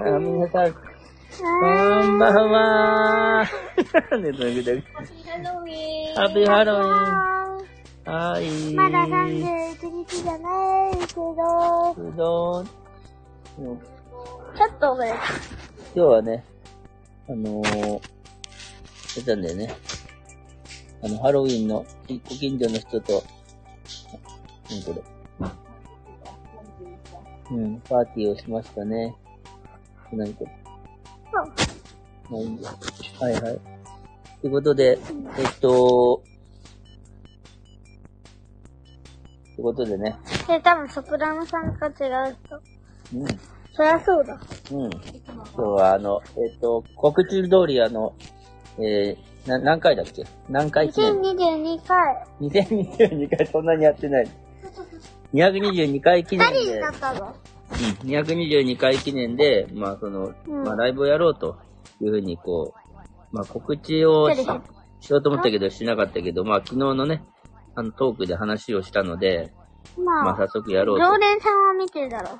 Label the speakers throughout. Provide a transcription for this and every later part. Speaker 1: あ、皆さん、こんばんは。 なんでぐだぐ
Speaker 2: ハッピーハロウィーン。
Speaker 1: ハッピーハロウ
Speaker 2: ィ
Speaker 1: だはい。
Speaker 2: まだ31日じゃないけど、ちょ
Speaker 1: うどん。今
Speaker 2: っと遅れた。
Speaker 1: 日はね、あのー、出たんだよね。あの、ハロウィンの、ご近所の人と、うん、これ。うん、パーティーをしましたね。何これ。まあいいんだはいはい。ということで、えっと、ということでね。
Speaker 2: で、多分ソプラノさんと違うと。
Speaker 1: うん。
Speaker 2: そりゃそうだ。
Speaker 1: うん。今日はあの、えっと、告知通りあの、えー、な何回だっけ何回記念
Speaker 2: 2022回。
Speaker 1: ?2022 回そんなにやってない。222回記念
Speaker 2: 何に
Speaker 1: で
Speaker 2: な、ったぞ。
Speaker 1: うん、222回記念で、まあその、
Speaker 2: うん
Speaker 1: まあライブをやろうというふうにこう、まあ告知をし
Speaker 2: そうで
Speaker 1: しようと思ったけどしなかったけど、まあ昨日のね、あのトークで話をしたので、ま
Speaker 2: ま
Speaker 1: あ
Speaker 2: あ、
Speaker 1: 早速やろう
Speaker 2: 常
Speaker 1: と。
Speaker 2: 連さんは見てるだろ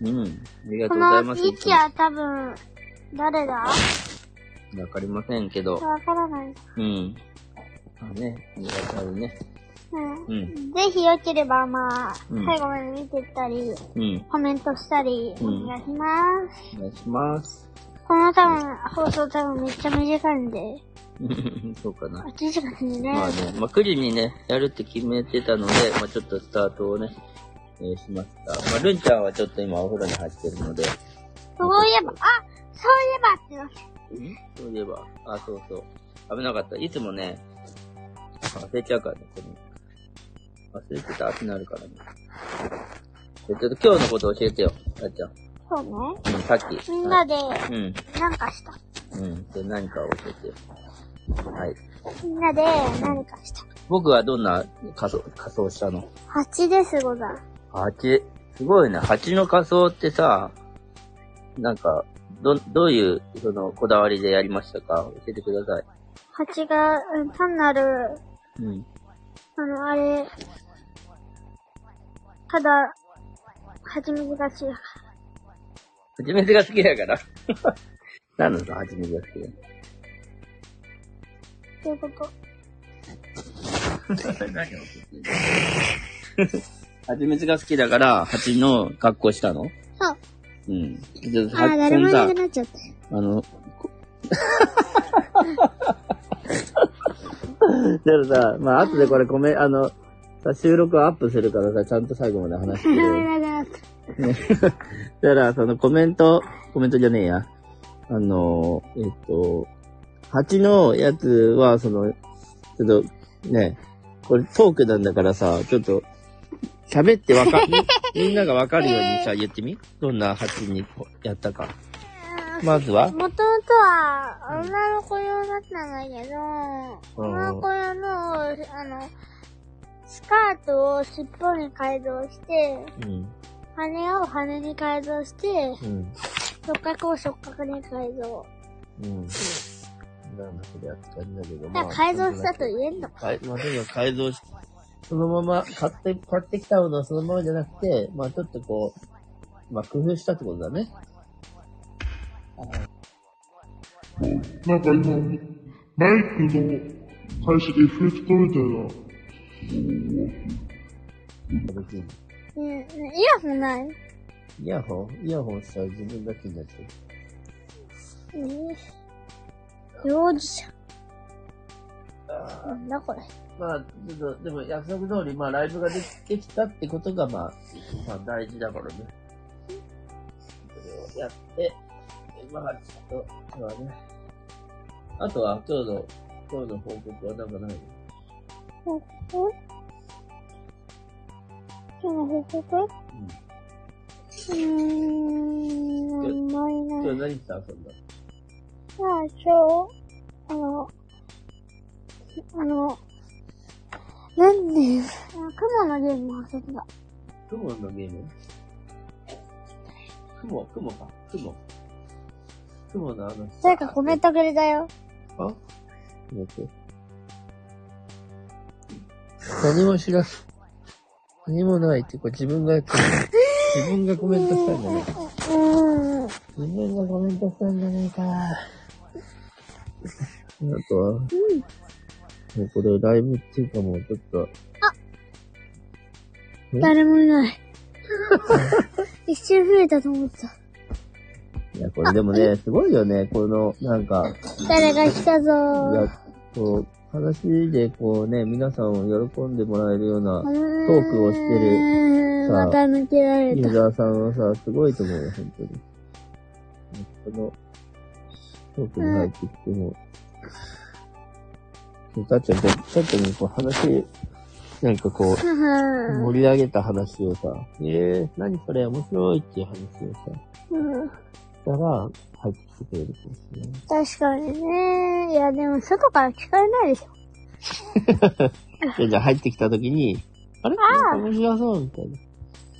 Speaker 2: う。
Speaker 1: うん。ありがと
Speaker 2: こ
Speaker 1: うござい
Speaker 2: の
Speaker 1: ます。
Speaker 2: 日は多分、誰だ
Speaker 1: わかりませんけど。
Speaker 2: わからない。
Speaker 1: うん。まあね、ありがたいね。
Speaker 2: うん
Speaker 1: うん。
Speaker 2: ぜひ良ければ、まあ、
Speaker 1: うん
Speaker 2: 最後まで見てったり、
Speaker 1: うん。
Speaker 2: コメントしたり、お
Speaker 1: うん
Speaker 2: 願いします。
Speaker 1: お願いします。
Speaker 2: この多分、放送多分めっちゃ短いんで、
Speaker 1: そうかな。
Speaker 2: 8時間にね、
Speaker 1: まあね、まあ9時にね、やるって決めてたので、まあちょっとスタートをね、えーしました。まあルンちゃんはちょっと今お風呂に入ってるので、
Speaker 2: そういえば、あ、そういえばってな
Speaker 1: そういえば、あ、そうそう。危なかった。いつもね、忘れちゃうからね、この。忘れてたってなるからね。でちょっと今日のこと教えてよ、あっちゃん。
Speaker 2: そうね。
Speaker 1: うん、さっき。
Speaker 2: みんなで、
Speaker 1: うん。
Speaker 2: なんかした。
Speaker 1: うん。で、何かを教えてよ。はい。
Speaker 2: みんなで、何かした。
Speaker 1: 僕はどんな仮装、仮装したの
Speaker 2: 蜂ですござ。
Speaker 1: 蜂、すごいね。蜂の仮装ってさ、なんか、ど、どういう、その、こだわりでやりましたか教えてください。
Speaker 2: 蜂が、うん単なる、
Speaker 1: うん。
Speaker 2: あの、あれ、ただ、蜂難しい。
Speaker 1: 蜂蜜が好きだから。 何なの蜂蜜が好きだ
Speaker 2: ということ。
Speaker 1: 蜂蜜が好きだから、蜂の格好したの
Speaker 2: そう。
Speaker 1: うん。ちょっと
Speaker 2: あー、誰もいなくなっちゃった。
Speaker 1: あの、こ でもさ、まあ、後でこれごめん、あの、さ収録をアップするからさ、ちゃんと最後まで話して
Speaker 2: 誰
Speaker 1: よ
Speaker 2: もいなくなっ
Speaker 1: ねだから、そのコメント、コメントじゃねえや。あの、えっと、蜂のやつは、その、ちょっと、ね、これトークなんだからさ、ちょっと、喋ってわか、みみんながわかるようにさ、言ってみどんな蜂にこうやったか。まず
Speaker 2: た。
Speaker 1: は、
Speaker 2: もともとは、女の子用だったんだけど、女の子用の、あの、スカートを尻尾に改造して、
Speaker 1: うん、
Speaker 2: 羽を羽に改造して、
Speaker 1: うん。
Speaker 2: 触覚を触覚に改造。
Speaker 1: うん。なまそれやって感じだけど、
Speaker 2: だから改造したと言えんの。
Speaker 1: かい、まあ、とにかく改造し、そのまま、買って、買ってきたものをそのままじゃなくて、まあちょっとこう、まあ工夫したってことだね。
Speaker 3: なんか今、マイクの会社でエフェクトみたいな。
Speaker 2: うん、イヤホンない。
Speaker 1: イヤホンイヤホンしたら自分だけになっちゃ
Speaker 2: うん幼児者。なんだこれ。
Speaker 1: う。まあ、ちょっと、でも約束通り、まあライブができできたってことが、まあ、まあ大事だからね。それをやって、まあちょっと、まあね。あとは、今日の、今日の報告はなんかない
Speaker 2: 報告今日の報告うーん、ない
Speaker 1: 今
Speaker 2: な。
Speaker 1: 日何して遊んだ
Speaker 2: まあ、今日、あの、あの、なんで、雲のゲームを遊んだ。
Speaker 1: 雲のゲーム雲、雲か。雲。雲の話。
Speaker 2: 誰かコメントくれたよ。
Speaker 1: あ待って。何も知らん。何もないって、これ自分がやってる、自分がコメントしたんだね。
Speaker 2: ううん。
Speaker 1: 自分がコメントしたんじゃないか。あとは、もうこれライブっていうかもうちょっと、
Speaker 2: 誰もいない。一瞬増えたと思った。
Speaker 1: いや、これでもね、すごいよね、この、なんか、
Speaker 2: 誰が来たぞ
Speaker 1: い
Speaker 2: ー。
Speaker 1: や、こう、話でこうね、皆さんを喜んでもらえるよう
Speaker 2: ト
Speaker 1: なークをして
Speaker 2: る
Speaker 1: さあ
Speaker 2: また抜けられ
Speaker 1: ユ
Speaker 2: た。
Speaker 1: ーザーさんはさ、すごいと思うよ、本当に。この、トークに入ってきても、たっちゃん、たっちゃんにこう話、なんかこう、
Speaker 2: ふふん
Speaker 1: 盛り上げた話をさ、えー、何それ面白いっていう話をさ、
Speaker 2: うん
Speaker 1: したら入ってきてくれるかもしれない。
Speaker 2: 確かにね。いや、でも外から聞かれないでしょ。
Speaker 1: じゃあじゃあ入ってきた時に、あれ
Speaker 2: あー
Speaker 1: 面白そうみたいな。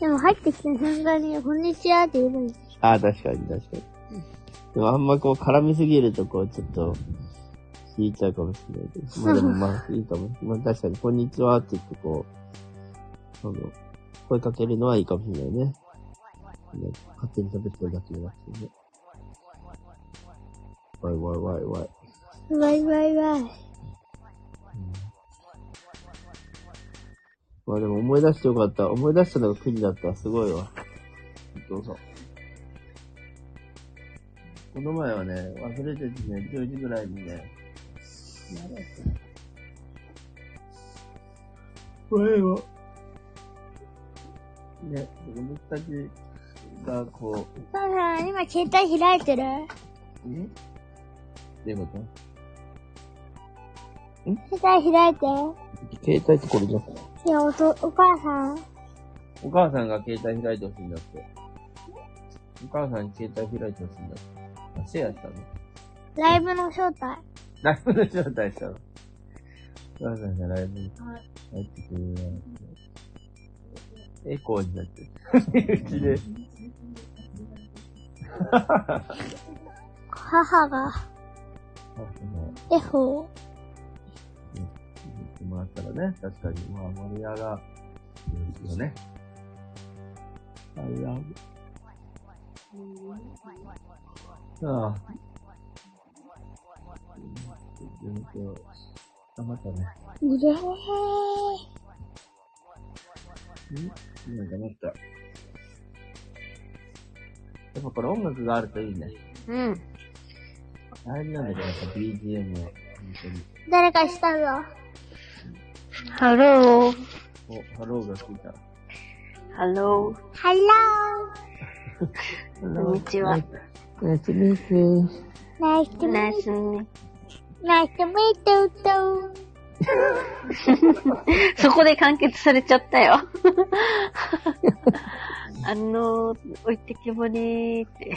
Speaker 2: でも入ってきた瞬間に、こんにちはって言えばいいんだよ。
Speaker 1: ああ、確かに確かに。でもあんまこう絡みすぎるとこうちょっと、引いちゃうかもしれないけど。まあでもまあいいかも。まあ確かに、こんにちはって言ってこう、あの、声かけるのはいいかもしれないね。ね勝手に食べてるだけじゃなくてね。わいわいわいわい。
Speaker 2: バイバイバイ。
Speaker 1: まあでも思い出してよかった。思い出したのが9時だった。すごいわ。どうぞ。この前はね、忘れててね、10時ぐらいにね。これは。ね、子供たちがこう、
Speaker 2: さあさあ、今携帯開いてる
Speaker 1: んどういうこと
Speaker 2: 携帯開いて。
Speaker 1: 携帯ってこれじゃん。
Speaker 2: いや、おと、お母さん。
Speaker 1: お母さんが携帯開いてほしいんだって。お母さんに携帯開いてほしいんだって。あ、シェアしたの
Speaker 2: ライブの正体。
Speaker 1: ライブの招待したの。お母さんがライブに入ってくれるなんてエコーになってる。うちで。
Speaker 2: 母が、
Speaker 1: あとね、
Speaker 2: エホー。
Speaker 1: 言ってもらったらね、確かに、まあ、盛り上がるよね。ありがああ。うん勉強頑張ったね。
Speaker 2: うれー。
Speaker 1: うん、なんかなった。やっぱこれ音楽があるといいね。
Speaker 2: うん。
Speaker 1: 大事なんだけど、やっぱ BGM は。本当に。
Speaker 2: 誰かしたぞ。ハロー。
Speaker 1: お、ハローがついた。
Speaker 4: ハロ
Speaker 2: ハロ
Speaker 1: こ
Speaker 4: ー、こんにちは。。
Speaker 1: ナイスミーク。
Speaker 2: ー。ナイスと
Speaker 4: ナイ
Speaker 2: メイ
Speaker 4: スミ
Speaker 2: ト、ナイスとメイトト。
Speaker 4: そこで完結されちゃったよ。あの、置いてきぼりーって。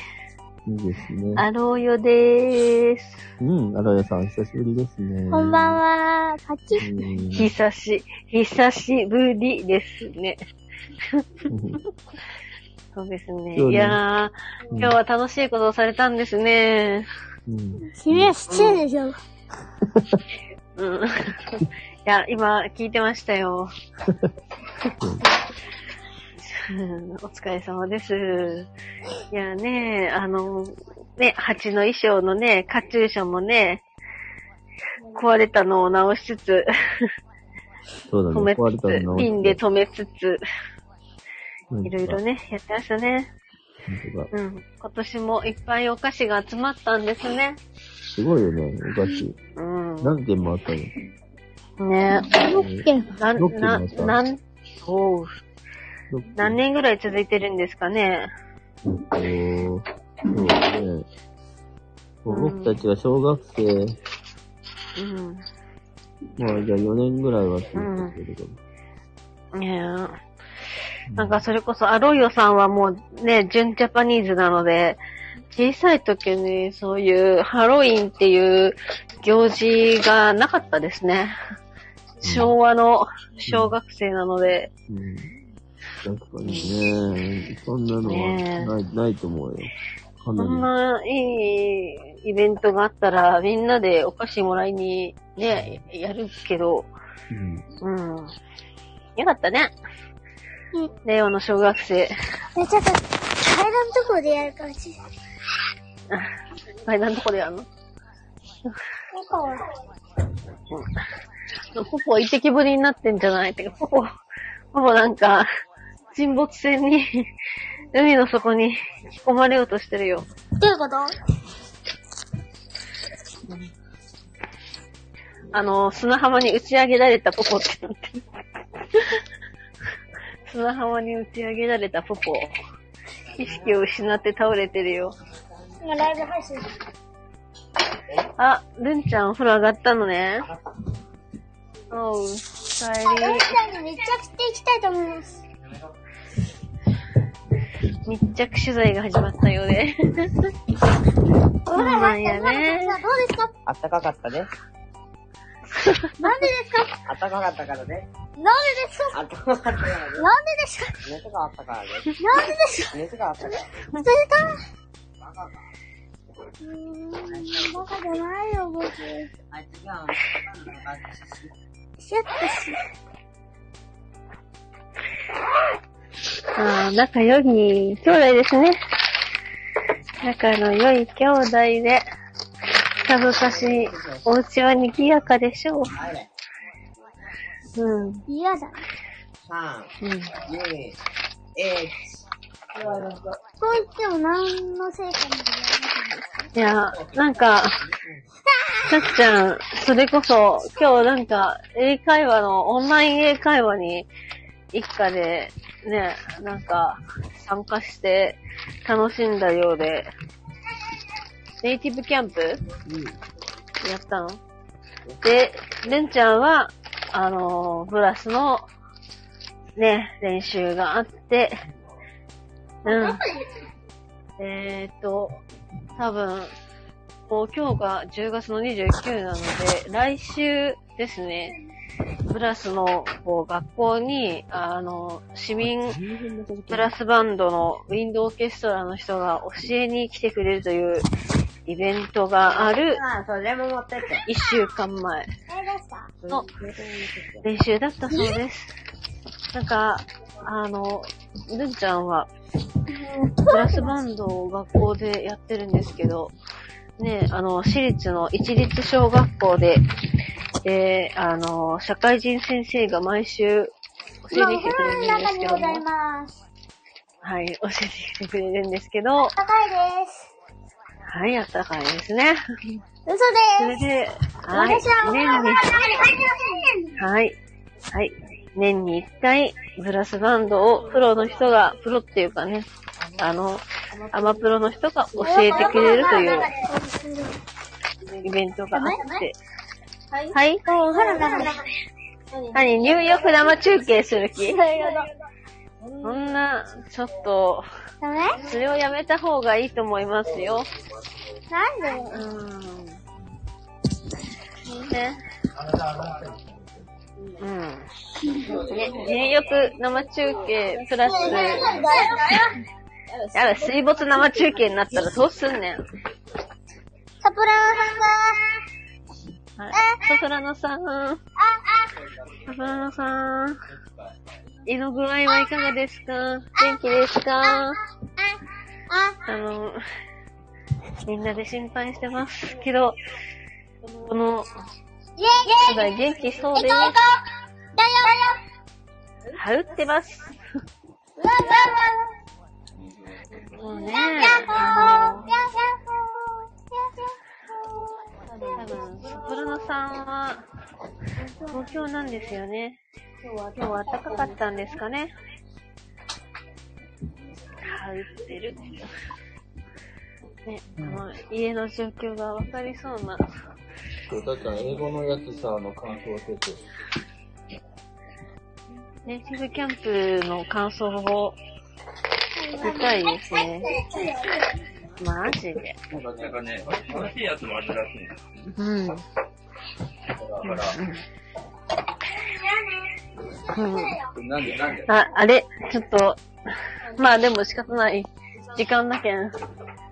Speaker 1: いいですね。
Speaker 4: アローよでーす。
Speaker 1: うん、アロヤさん、久しぶりですね。
Speaker 2: こんばんは。パチッ。
Speaker 1: うん。
Speaker 4: 久し、久しぶりですね。そうですね。
Speaker 1: そうね
Speaker 4: いやー、
Speaker 1: うん
Speaker 4: 今日は楽しいことをされたんですね。
Speaker 1: うん。
Speaker 2: 君は知ってるでしょ。
Speaker 4: うん。いや、今、聞いてましたよ。 うんお疲れ様です。いやね、あの、ね、蜂の衣装のね、カチューシャもね、壊れたのを直しつつ、
Speaker 1: そうだ
Speaker 4: 止
Speaker 1: ね、
Speaker 4: め
Speaker 1: 壊れた
Speaker 4: つ
Speaker 1: の
Speaker 4: つ、ピンで止めつつ、
Speaker 1: うん
Speaker 4: いろいろね、やってましたね。
Speaker 1: 本当だ
Speaker 4: うん。今年もいっぱいお菓子が集まったんですね。
Speaker 1: すごいよね、お菓子。
Speaker 4: うん。
Speaker 1: 何件もあったの。
Speaker 4: ね
Speaker 2: オッケー。
Speaker 4: な、
Speaker 1: ロッキー
Speaker 4: な、
Speaker 1: もさ
Speaker 4: なん、おう
Speaker 1: 年
Speaker 4: 何年ぐらい続いてるんですかね。
Speaker 1: そうね。僕たちが小学生、
Speaker 4: うん。
Speaker 1: まあじゃあ4年ぐらいは過ごしてるけど。
Speaker 4: ねえ。なんかそれこそ、アロイヨさんはもうね、純ジャパニーズなので、小さい時にそういうハロウィンっていう行事がなかったですね。昭和の小学生なので、
Speaker 1: うん。確かにね。そんなの
Speaker 4: ねえ
Speaker 1: はない、ないと思うよ。か
Speaker 4: こん
Speaker 1: な
Speaker 4: ないいイベントがあったら、みんなでお菓子もらいにね、やるけど、
Speaker 1: り。うん。
Speaker 4: うん。よかったね。令和の小学生。
Speaker 2: え、ちょっと、階段のとこでやるかもしれない。
Speaker 4: 階段どこでやるの
Speaker 2: なんか、
Speaker 4: ほぼ一滴ぶりになってんじゃないってか、ほぼ、ほぼなんか、沈没船に、 海の底に引き込まれようとしてるよ。
Speaker 2: どういうこと
Speaker 4: あの、砂浜に打ち上げられたポポってなってる。 砂浜に打ち上げられたポポ。意識を失って倒れてるよ。
Speaker 2: 今ライブ配信。
Speaker 4: あ、ルンちゃんお風呂上がったのね。おう、お帰
Speaker 2: あ、ロンちゃんに密着していきたいと思います。
Speaker 4: り。密着取材が始まったようで。そうなんやね。
Speaker 2: どうですか
Speaker 5: あったかかったね。
Speaker 2: なんでですか
Speaker 5: あったかかったからね。
Speaker 2: なんでですか
Speaker 5: あったかかったからね。
Speaker 2: なんでですか
Speaker 5: 熱があったからね。
Speaker 2: なんでですか
Speaker 5: 熱があったから。
Speaker 2: 普通かうーん、バカじゃないよ、僕。
Speaker 5: あいつが、
Speaker 2: シュッとし、
Speaker 4: ああ、仲良い兄弟ですね。仲の良い兄弟で、さぞかし、お家は賑やかでしょ
Speaker 5: 入れ。
Speaker 4: う。うん。うん。
Speaker 2: 嫌だ。
Speaker 5: 三、二、一。
Speaker 2: そう言っても何の成果にもならない。
Speaker 4: いや、なんか、さっちゃん、それこそ、今日なんか、英会話の、オンライン英会話に、一家で、ね、なんか、参加して、楽しんだようで、ネイティブキャンプやったので、レンちゃんは、あのー、ブラスの、ね、練習があって、うん。えーっと、多分、もう今日が10月の29なので、来週ですね、ブラスのこう学校に、あの、市民ブラスバンドのウィンドオーケストラの人が教えに来てくれるというイベントがある
Speaker 5: あ、それも持ってって。
Speaker 4: 1週間前
Speaker 2: あれですか
Speaker 4: の練習だったそうです。なんか、あの、るんちゃんはブラスバンドを学校でやってるんですけど、ね、あの、私立の一律小学校で、えー、あの、社会人先生が毎週教え
Speaker 2: 今、
Speaker 4: に
Speaker 2: お
Speaker 4: 来て
Speaker 2: 風
Speaker 4: くれる
Speaker 2: 呂の中
Speaker 4: んですけ
Speaker 2: に
Speaker 4: ど
Speaker 2: ござい
Speaker 4: も、
Speaker 2: ます。
Speaker 4: はい、教えてきてくれるんですけど、は
Speaker 2: 高いです。
Speaker 4: い、やったかいですね。
Speaker 2: 嘘で
Speaker 4: それ
Speaker 2: す。
Speaker 4: で、はい
Speaker 2: 私は、お風呂の中
Speaker 4: 年に、
Speaker 2: に入ってません。
Speaker 4: はい、はい、年に一回、ブラスバンドをプロの人が、プロっていうかね、あの、アマプロの人が教えてくれるというイベントがあって、
Speaker 2: はい。
Speaker 4: はい
Speaker 2: お風呂の中に。
Speaker 4: 何ニューヨーク生中継する気
Speaker 2: そういうこ
Speaker 4: そんな、ちょっと、
Speaker 2: と。ダメ
Speaker 4: それをやめた方がいいと思いますよ。
Speaker 2: なんで
Speaker 4: うーん。ね。うん。ね、入浴生中継プラス、やだ、水没生中継になったらどうすんねん。
Speaker 2: サプランさんが、
Speaker 4: はい。ソプラノさん、ソプラノさん、胃の具合はいかがですか元気ですか
Speaker 2: あ、あ、あ、
Speaker 4: あの、みんなで心配してますけど、この、
Speaker 2: イェイイェイ
Speaker 4: ただ元気そ
Speaker 2: 行こう
Speaker 4: うで
Speaker 2: 行こうだよ
Speaker 4: す。はうってます。
Speaker 2: だよワンワ
Speaker 4: もうね、
Speaker 2: ンワンヤッホーヤ
Speaker 4: あ
Speaker 2: ッホー
Speaker 4: の
Speaker 2: ヤッホー
Speaker 4: 多分、ソプラノさんは、東京なんですよね。今日は暖かかったんですかね。はうってる。ね、あの、家の状況がわかりそうな。
Speaker 6: だって英語のやつさ、あの、感想テス
Speaker 4: ネイティブキャンプの感想を見たいですね。マジで。
Speaker 6: ト。なんかね、楽しいやつもあるらしいね
Speaker 4: うん。うん。
Speaker 6: だから、なんで、なんで
Speaker 4: あ、あれ、ちょっと、まあでも仕方ない。時間だけん、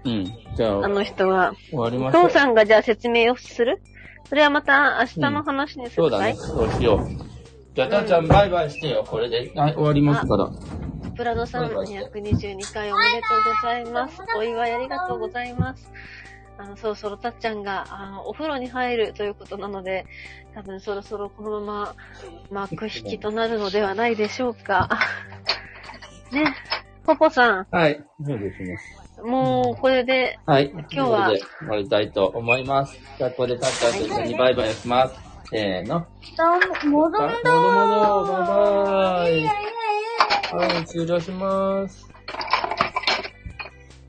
Speaker 1: うん。じゃあ、
Speaker 4: あの人が。
Speaker 1: 終わり
Speaker 4: お
Speaker 1: ましょう。
Speaker 4: 父さんがじゃあ説明をするそれはまた明日の話にす
Speaker 6: そう
Speaker 4: る
Speaker 6: だ
Speaker 4: かい、
Speaker 6: ね。そうしよう。じゃあ、たーちゃん、バイバイしてよ。これで。はい、終わりますから。
Speaker 4: プラドさん222回おめでとうございます。お祝いありがとうございます。あの、そろそろたっちゃんが、あの、お風呂に入るということなので、多分そろそろこのまま幕引きとなるのではないでしょうか。ね、ポポさ
Speaker 1: はい。
Speaker 7: そうですね。
Speaker 4: ん、もうこれで、
Speaker 1: はい。今
Speaker 4: 日は
Speaker 1: 終わりたいと思います。じゃあ、ここでタッカーと一緒にバイバイをします。せーの。
Speaker 2: どうも、もどもど
Speaker 1: もどもどバイバイ。
Speaker 2: いやいやいや
Speaker 1: はい、終了します。